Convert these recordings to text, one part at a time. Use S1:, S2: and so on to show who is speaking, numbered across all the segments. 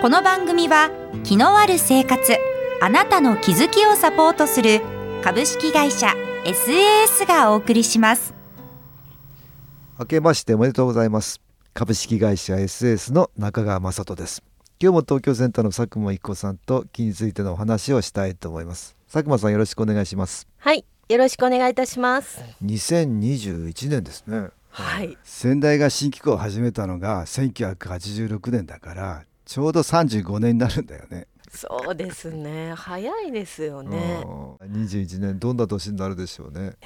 S1: この番組は気のある生活あなたの気づきをサポートする株式会社 SAS がお送りします
S2: 明けましておめでとうございます株式会社 SS の中川雅人です今日も東京センターの佐久間一子さんと気についてのお話をしたいと思います佐久間さんよろしくお願いします
S3: はい、よろしくお願いいたします。
S2: 2021年ですね
S3: はい、
S2: 先代が新機構を始めたのが1986年だからちょうど35年になるんだよね
S3: そうですね。早いですよね。
S2: うん21年どんな年になるでしょうね、
S3: ね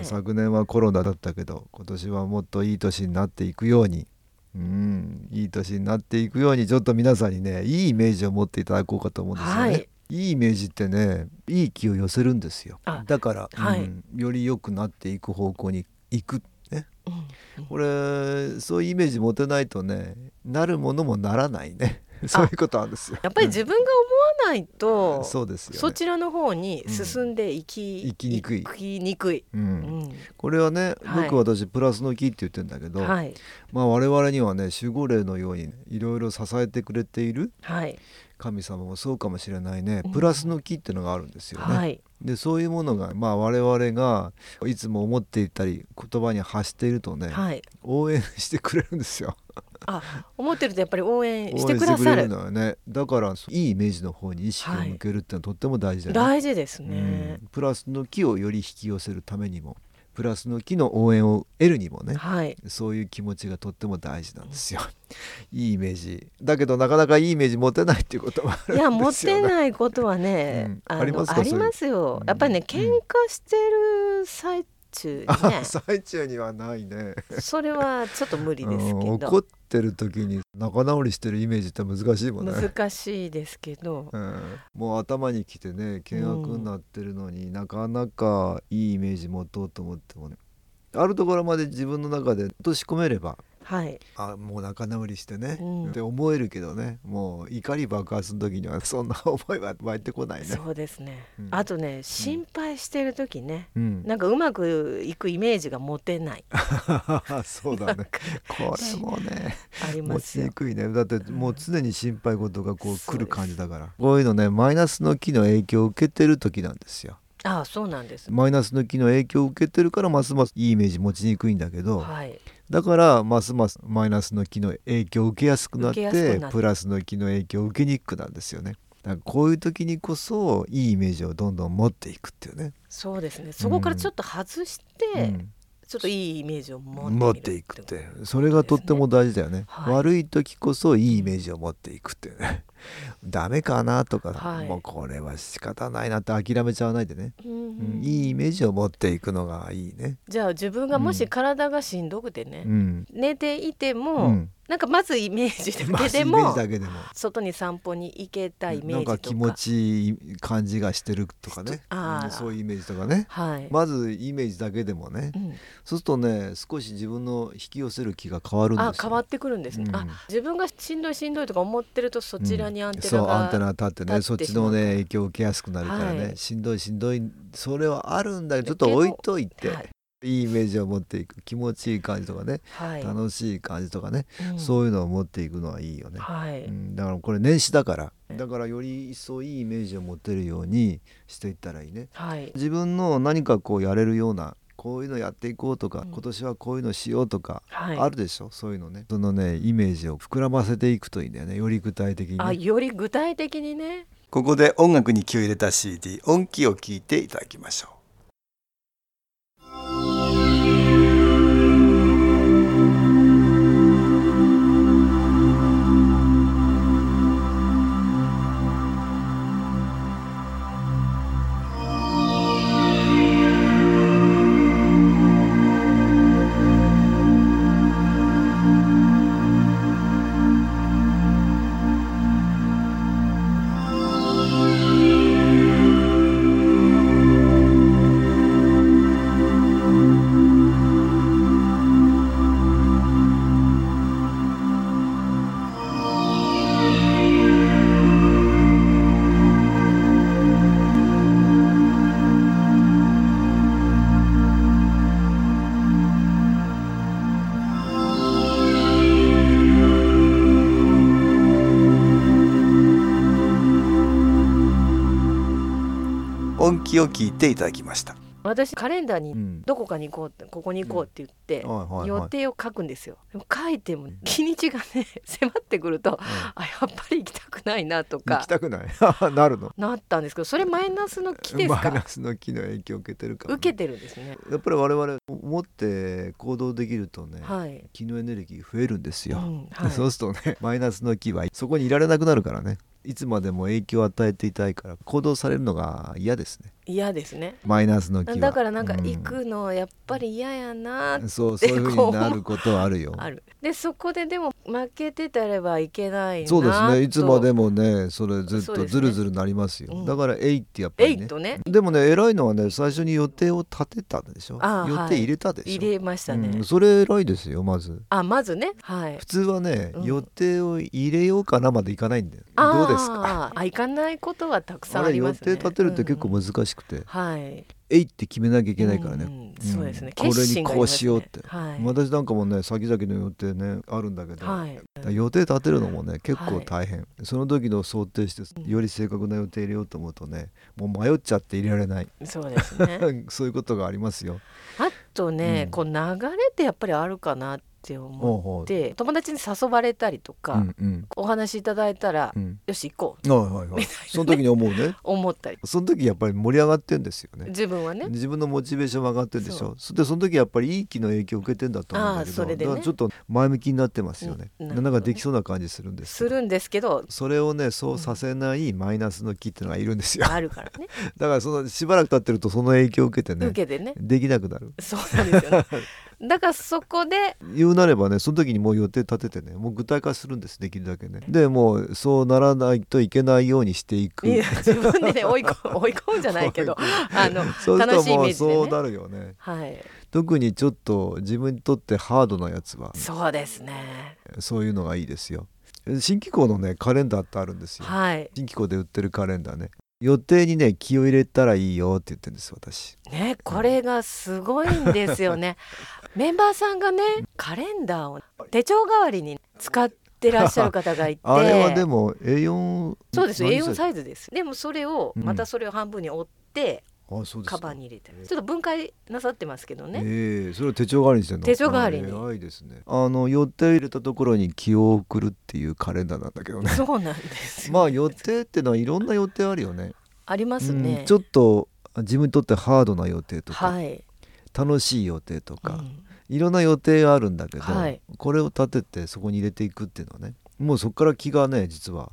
S3: え
S2: 昨年はコロナだったけど今年はもっといい年になっていくようにうんいい年になっていくようにちょっと皆さんにねいいイメージを持っていただこうかと思うんですよね、
S3: はいい、
S2: いイメージってねいい気を寄せるんですよ
S3: あ
S2: だから、
S3: は
S2: う
S3: い
S2: んより良くなっていく方向に行くね
S3: うん
S2: これそういうイメージ持てないとねなるものもならないねそういうことなんですよ
S3: やっぱり自分が思わないと、そ
S2: そうですよ、ね、
S3: ちらの方に進んでいき、
S2: うん行きにくい
S3: 行きにくい。
S2: う、
S3: うんん、
S2: これはね、
S3: はい
S2: よく私プラスの木って言ってるんだけど、
S3: はい、
S2: まあ我々にはね守護霊のようにいろいろ支えてくれている
S3: はい、
S2: 神様もそうかもしれないね
S3: うん
S2: プラスの木っていうのがあるんですよね。
S3: はい、
S2: でそういうものが、まあ、我々がいつも思っていたり言葉に発しているとね、
S3: はい。
S2: 応援してくれるんですよ。
S3: あ、思ってるとやっぱり応援
S2: 応
S3: し
S2: 援
S3: てくださ
S2: れ
S3: る。
S2: のよねだからいいイメージの方に意識を向けるってのはとっても大事だよね。
S3: 大事ですね
S2: う。んプラスの木をより引き寄せるためにもプラスの木の応援を得るにもね、
S3: はい、
S2: そういう気持ちがとっても大事なんですよ。 いいイメージ。だけどなかなかいいイメージ持てないっていうこともあ
S3: い
S2: るんですよ、ね。
S3: や持て
S2: い。
S3: ないことはね、
S2: うん
S3: あの
S2: ありますか
S3: ありますよ
S2: そういう
S3: やっぱりね
S2: うん
S3: 喧嘩してる最中にね
S2: あ、最中にはないね。
S3: それはちょっと無理ですけ
S2: うん
S3: ど、
S2: 怒ってる時に仲直りしてるイメージって難しいもんね。
S3: 難しいですけど、
S2: うん、もう頭にきてね険悪になってるのに、なかなかいいイメージ持とうと思ってもねあるところまで自分の中で落とし込めれば
S3: はい、
S2: あもう仲直りしてね、
S3: うん
S2: って思えるけどねもう怒り爆発の時にはそんな思いは湧いてこないね。
S3: そうですね、
S2: うん
S3: あとね心配してる時ね、
S2: うん、
S3: なんかうまくいくイメージが持てない
S2: そうだね。これもね、
S3: ありま
S2: 持ち
S3: すよ
S2: にくいね。だってもう常に心配事がこう来る感じだから。
S3: そ
S2: こういうのね、マイナスの木の影響を受けてる時なんですよ。
S3: ああそうなんです、
S2: マイナスの木の影響を受けてるからますますいいイメージ持ちにくいんだけど、
S3: はい
S2: だからますますマイナスの木の影響を受けやすくなっ
S3: 受けやす
S2: て
S3: くなっ
S2: プラスの木の影響を受けにくくなるんですよね。だからこういう時にこそいいイメージをどんどん持っていくっていうね。
S3: そうですねそこからちょっと外して、
S2: うん
S3: ちょっといいイメージを持
S2: 持っ
S3: って
S2: て
S3: みる
S2: いくってそれがとっても大事だよね、
S3: はい
S2: 悪い時こそいいイメージを持っていくっていうね ダメかなとか、
S3: はい
S2: もうこれは仕方ないなって諦めちゃわないでね、
S3: うん
S2: う
S3: うんん
S2: いいイメージを持っていくのがいいね
S3: じゃあ自分がもし体がしんどくてね、
S2: うん、
S3: 寝ていて
S2: う
S3: も、
S2: ん、
S3: なんかまずイメージだ
S2: ま
S3: け
S2: ず
S3: で
S2: イメー
S3: も
S2: ジだけでも
S3: 外に散歩に行けたイメー
S2: なん
S3: ジと
S2: か
S3: か
S2: 気持ちいい感じがしてるとかね、
S3: あー
S2: うんそういうイメージとかね
S3: はい、
S2: まずイメージだけでもね、
S3: うん
S2: そうするとね少し自分の引き寄せる気が変わるんですよ
S3: あ変わってくるんですね、
S2: うん
S3: あ自分がしんどいしんどいとか思ってるとそちらにアンテナ
S2: そうアン
S3: が、
S2: テナ立ってね
S3: 立
S2: そ
S3: っ
S2: ってち
S3: しまう
S2: のね影響を受けやすくなるからね、
S3: はい
S2: しんどいしんどいそれはあるんだけどちょっ
S3: だけど
S2: と置いといて、
S3: はいい、
S2: いイメージを持っていく気持ちいい感じとかね、
S3: はい
S2: 楽しい感じとかね、
S3: うん
S2: そういうのを持っていくのはいいよね、
S3: はい、
S2: うん、だからこれ年始だからだからより一層いいイメージを持てるようにしていったらいいね
S3: はい
S2: 自分の何かこうやれるようなこういうのやっていこうとか、
S3: うん
S2: 今年はこういうのしようとか、
S3: はい
S2: あるでしょそういうのねそのねイメージを膨らませていくといいんだよねより具体的にね、
S3: あより具体的にね
S2: ここで音楽に気を入れた CD 音気を聞いていただきましょう
S3: は
S4: 音気を聞いていただきました
S3: 私カレンダーに
S2: うん
S3: どこかに行こうってここに行こうって言って、
S2: はいはい
S3: 予
S2: はい
S3: 定を書くんですよでも書いても日にちがね 迫ってくるとあやっぱり行きたくないなと
S2: 行き
S3: か
S2: たくない なるの
S3: なったんですけどそれマイナスの気です
S2: マイナ
S3: か
S2: スの気の影響を受けてるから、
S3: 受けてるんですね
S2: やっぱり我々思って行動できるとね、
S3: はい、
S2: 気のエネルギー増えるんですよ、
S3: うんは い
S2: そうするとねマイナスの気はそこにいられなくなるからねいつまでも影響を与えていたいから行動されるのが嫌ですね
S3: 嫌ですね
S2: マイナスの気は
S3: だからなんか
S2: う
S3: 行くのやっぱり嫌やなって
S2: そうそういう風
S3: こう
S2: になることはあるよ
S3: あるでそこででも負けてたればいけないな
S2: そうですねいつまでも
S3: も
S2: ねそれずっ
S3: そう
S2: と
S3: です
S2: ず
S3: ね
S2: るずるなりますよ
S3: うん
S2: だから「えい」ってやっぱ
S3: えい
S2: り
S3: っ
S2: ね
S3: とね
S2: でもね偉いのはね最初に予定を立てたんでしょ
S3: ああ
S2: 予定入れたでしょ
S3: 入れましたね、
S2: うん、それ偉いですよまず
S3: あまずねはい
S2: 普通はね、
S3: うん
S2: 予定を入れようかなまでいかないんだよどうですか
S3: あーあ行かないことはたくさんあ
S2: れ
S3: り
S2: 予
S3: ますね
S2: 定立てるって結構
S3: うん
S2: 難しくて、
S3: はい
S2: えいって決めなきゃいけないからね、
S3: うんそうですね、
S2: これ
S3: 決
S2: に
S3: 心がい
S2: こ
S3: り
S2: う
S3: ますね
S2: しようって、
S3: はい、
S2: 私なんかもね先々の予定ねあるんだけど、
S3: はい
S2: 予定立てるのもね結構大変、その時の想定してより正確な予定入れようと思うとねもう迷っちゃって入れられない
S3: そうですね
S2: そういうことがありますよ。
S3: あとね、
S2: うん
S3: こう流れってやっぱりあるかなって思
S2: ほうほう
S3: って友達に誘われたりとか、
S2: うんうん
S3: お話いただいたら、
S2: うん
S3: よし行こう
S2: はいはいはい、その時に思うね
S3: 思ったり
S2: その時やっぱり盛り上がってんですよね。
S3: 自分はね
S2: 自分のモチベーションが上がってるでしょそでその時やっぱりいい気の影響を受けてんだと思うんだけ
S3: あー
S2: ど
S3: それでね
S2: だからちょっと前向きになってますよね、
S3: うんな
S2: な
S3: るほどね
S2: んかできそうな感じするんです
S3: するんですけど
S2: それをねそうさせないマイナスの気ってのがいるんですよ
S3: あるからね
S2: だからそのしばらく経ってるとその影響を受けて ね
S3: 受けてね
S2: できなくなる
S3: そうなんですよね だからそこで
S2: 言うなればねその時にもう予定立ててねもう具体化するんですできるだけねでもうそうならないといけないようにしていく
S3: いや自分でね 追い込追い込むじゃないけどあの
S2: そうする
S3: 楽
S2: と
S3: しいイメ
S2: も
S3: ー
S2: う
S3: ジで
S2: そう
S3: ね
S2: なるよね
S3: はい
S2: 特にちょっと自分にとってハードなやつは
S3: そうですね
S2: そういうのがいいですよ。新機構のねカレンダーってあるんですよ。
S3: はい
S2: 新機構で売ってるカレンダーね。予定にね気を入れたらいいよって言ってるんです私。
S3: ねこれがすごいんですよねメンバーさんがねカレンダーを手帳代わりに使ってらっしゃる方がいて
S2: あれはでも A4
S3: そうです
S2: 何
S3: A4 サイズですでもそれを
S2: うん
S3: またそれを半分に折って
S2: あそうです
S3: カ
S2: か
S3: バンに入れてちょっと分解なさってますけど
S2: え
S3: ね
S2: えそれを手帳代わりにしてるの。
S3: 手帳代わりに
S2: あ偉いですね。あの予定入れたところに気を送るっていうカレンダーなんだけどね。
S3: そうなんですよ
S2: まあ予定ってのはいろんな予定あるよね。
S3: あります
S2: う
S3: ね
S2: んちょっと自分にとってハードな予定とか、
S3: はい
S2: 楽しい予定とか、
S3: うん
S2: いろんな予定があるんだけど、
S3: はい
S2: これを立ててそこに入れていくっていうのはねもうそこから気がね実は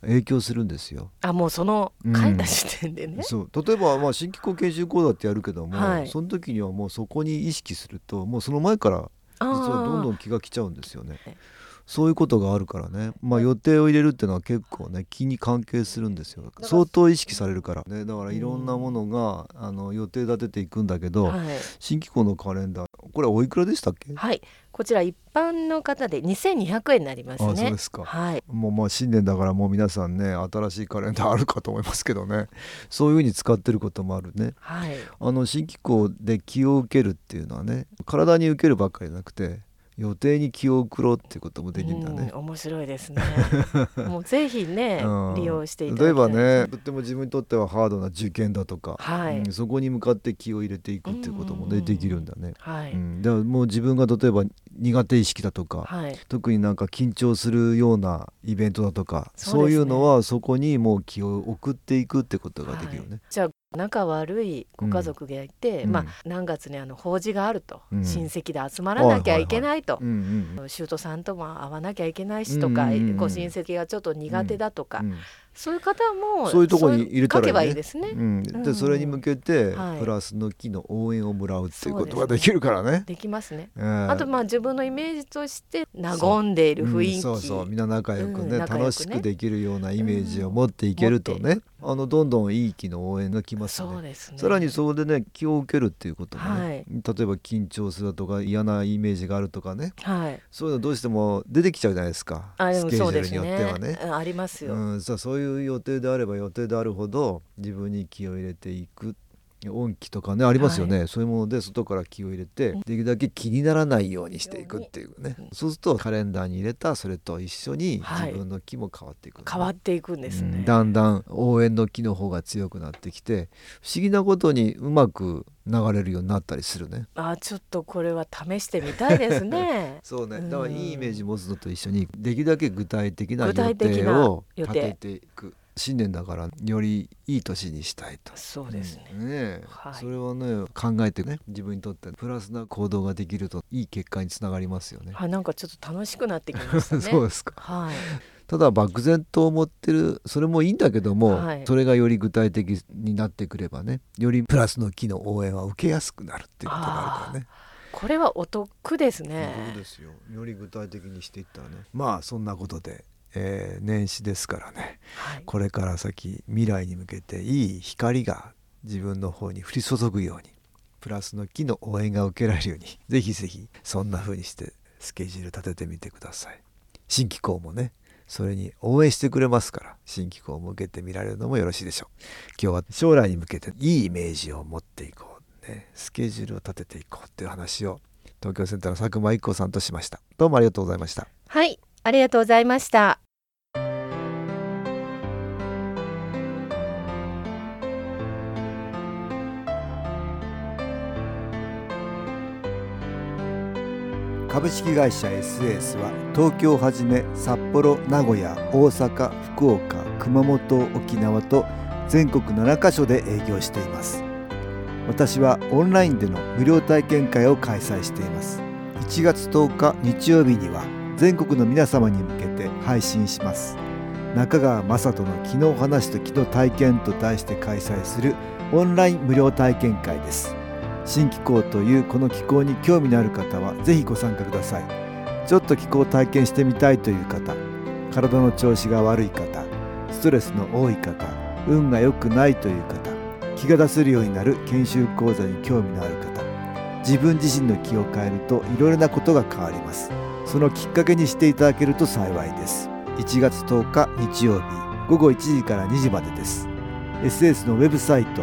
S2: 影響するんですよ。
S3: あもうその書いた時点でね、
S2: そう例えば、まあ、新機構研修講座ってやるけども、
S3: はい
S2: その時にはもうそこに意識するともうその前から実
S3: あー
S2: はどんどん気が来ちゃうんですよね
S3: ね。
S2: そういうことがあるからね、まあ、予定を入れるっていうのは結構ね気に関係するんですよ
S3: から
S2: 相当意識されるから、ね、だからいろんなものが、あの予定立てていくんだけど、
S3: はい、
S2: 新機構のカレンダーこれおいくらでしたっけ
S3: はい、こちら一般の方で2200円になりますね
S2: あそうですか
S3: はい
S2: もうまあ新年だからもう皆さんね新しいカレンダーあるかと思いますけどねそういうふうに使ってることもあるね
S3: はい
S2: あの新機構で気を受けるっていうのはね体に受けるばっかりじゃなくて予定に気を送ろうっていうこともできるんだね
S3: う。面白 いですねもうぜひね、
S2: うん
S3: 利用していただきた
S2: 例え
S3: い
S2: ばねとっても自分にとってはハードな受験だとか、
S3: はい
S2: うんそこに向かって気を入れていくっていうことも
S3: うんうんう
S2: ね
S3: ん
S2: できるんだね。
S3: はい、
S2: うん、だからもう自分が例えば苦手意識だとか、
S3: はい
S2: 特になんか緊張するようなイベントだとか
S3: そう
S2: そう,、
S3: です
S2: い
S3: ね
S2: うのはそこにもう気を送っていくってことができる
S3: は
S2: ね
S3: い。じゃあ仲悪いご家族がいて、
S2: うん
S3: まあ
S2: うん
S3: 何月にあの法事があると、
S2: うん
S3: 親戚で集まらなきゃいけないと、
S2: うんうん
S3: 舅さんとも会わなきゃいけないしとか、
S2: うんうんうん
S3: ご親戚がちょっと苦手だとか、
S2: うん
S3: そういう方も
S2: そういうとこに入れたらいいね
S3: そう書けばいいですね、
S2: うん
S3: うんう
S2: で
S3: ん
S2: それに向けて
S3: はい
S2: プラスの木の応援をもらうっていうこと
S3: そう
S2: が
S3: です
S2: でき
S3: ね
S2: るからね。
S3: できますね
S2: うん
S3: あとまあ自分のイメージとして和んでいる雰囲気、
S2: うんそうそうみんな仲良く
S3: うん
S2: ね,、
S3: 仲良くね
S2: 楽しくできるようなイメージを持っていけるとね、あのどんどんいい気の応援が来ますね
S3: そうですね
S2: さらにそこでね気を受けるっていうこともね、
S3: はい
S2: 例えば緊張するだとか嫌なイメージがあるとかね
S3: はい
S2: そういうのどうしても出てきちゃうじゃないですか
S3: あで
S2: ス
S3: も
S2: ケジュ
S3: そう
S2: ー
S3: で
S2: ル
S3: す
S2: によってはね。
S3: うんありますよ、
S2: うん、さあそういう予定であれば予定であるほど自分に気を入れていく音機とかねありますよね、そういうもので外から気を入れてできるだけ気にならないようにしていくっていうね、そうするとカレンダーに入れたそれと一緒に
S3: はい
S2: 自分の気も変わっていく、
S3: 変わっていくんです
S2: う
S3: ね
S2: ん。だんだん応援の気の方が強くなってきて不思議なことにうまく流れるようになったりするね。。
S3: あちょっとこれは試してみたいですね
S2: そうね、
S3: うん
S2: だからいいイメージ持つのと一緒にできるだけ具体的な予
S3: 具体的
S2: 定
S3: な
S2: を
S3: 予
S2: 立
S3: 定
S2: てていく新年だからよりいい年にしたいと
S3: そうですね。
S2: うんねえ
S3: はい
S2: それはね考えてね自分にとってプラスな行動ができるといい結果につながりますよね。
S3: あなんかちょっと楽しくなってきましたね。
S2: そうですか
S3: はい。
S2: ただ漠然と思ってるそれもいいんだけども、
S3: はい
S2: それがより具体的になってくればねよりプラスの木の応援は受けやすくなるっていうことがあるからね。
S3: これはお得で
S2: そ
S3: す
S2: う
S3: ね。
S2: ですよより具体的にしていったらねまあそんなことで、えー年始ですからね
S3: はい。
S2: これから先未来に向けていい光が自分の方に降り注ぐようにプラスの木の応援が受けられるように ぜひぜひそんな風にしてスケジュール立ててみてください新機構もねそれに応援してくれますから新機構も受けてみられるのもよろしいでしょう今日は将来に向けていいイメージを持っていこう、ね、スケジュールを立てていこうっていう話を東京センターの佐久間一子さんとしましたどうもありがとうございました
S3: はい。ありがとうございました。
S4: 株式会社 SS は東京をはじめ札幌名古屋大阪福岡熊本沖縄と全国7カ所で営業しています私はオンラインでの無料体験会を開催しています1月10日日曜日には全国の皆様に向けて配信します中川雅人の「昨日話と昨日体験」と題して開催するオンライン無料体験会です新機構というこの機構に興味のある方はぜひご参加くださいちょっと気候を体験してみたいという方体の調子が悪い方ストレスの多い方運が良くないという方気が出せるようになる研修講座に興味のある方自分自身の気を変えるといろいろなことが変わりますそのきっかけにしていただけると幸いです1月10日日曜日午後1時から2時までです SS のウェブサイト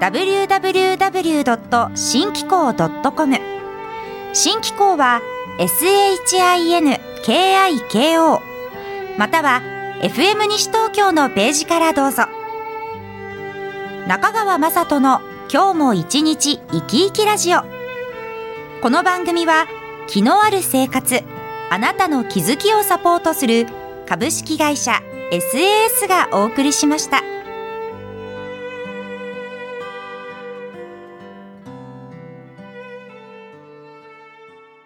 S1: www. 機構 .com 新機構は SHINKIKO または FM 西東京のページからどうぞ中川雅人の今日も一日生き生きラジオこの番組は気のある生活あなたの気づきをサポートする株式会社 SAS がお送りしました。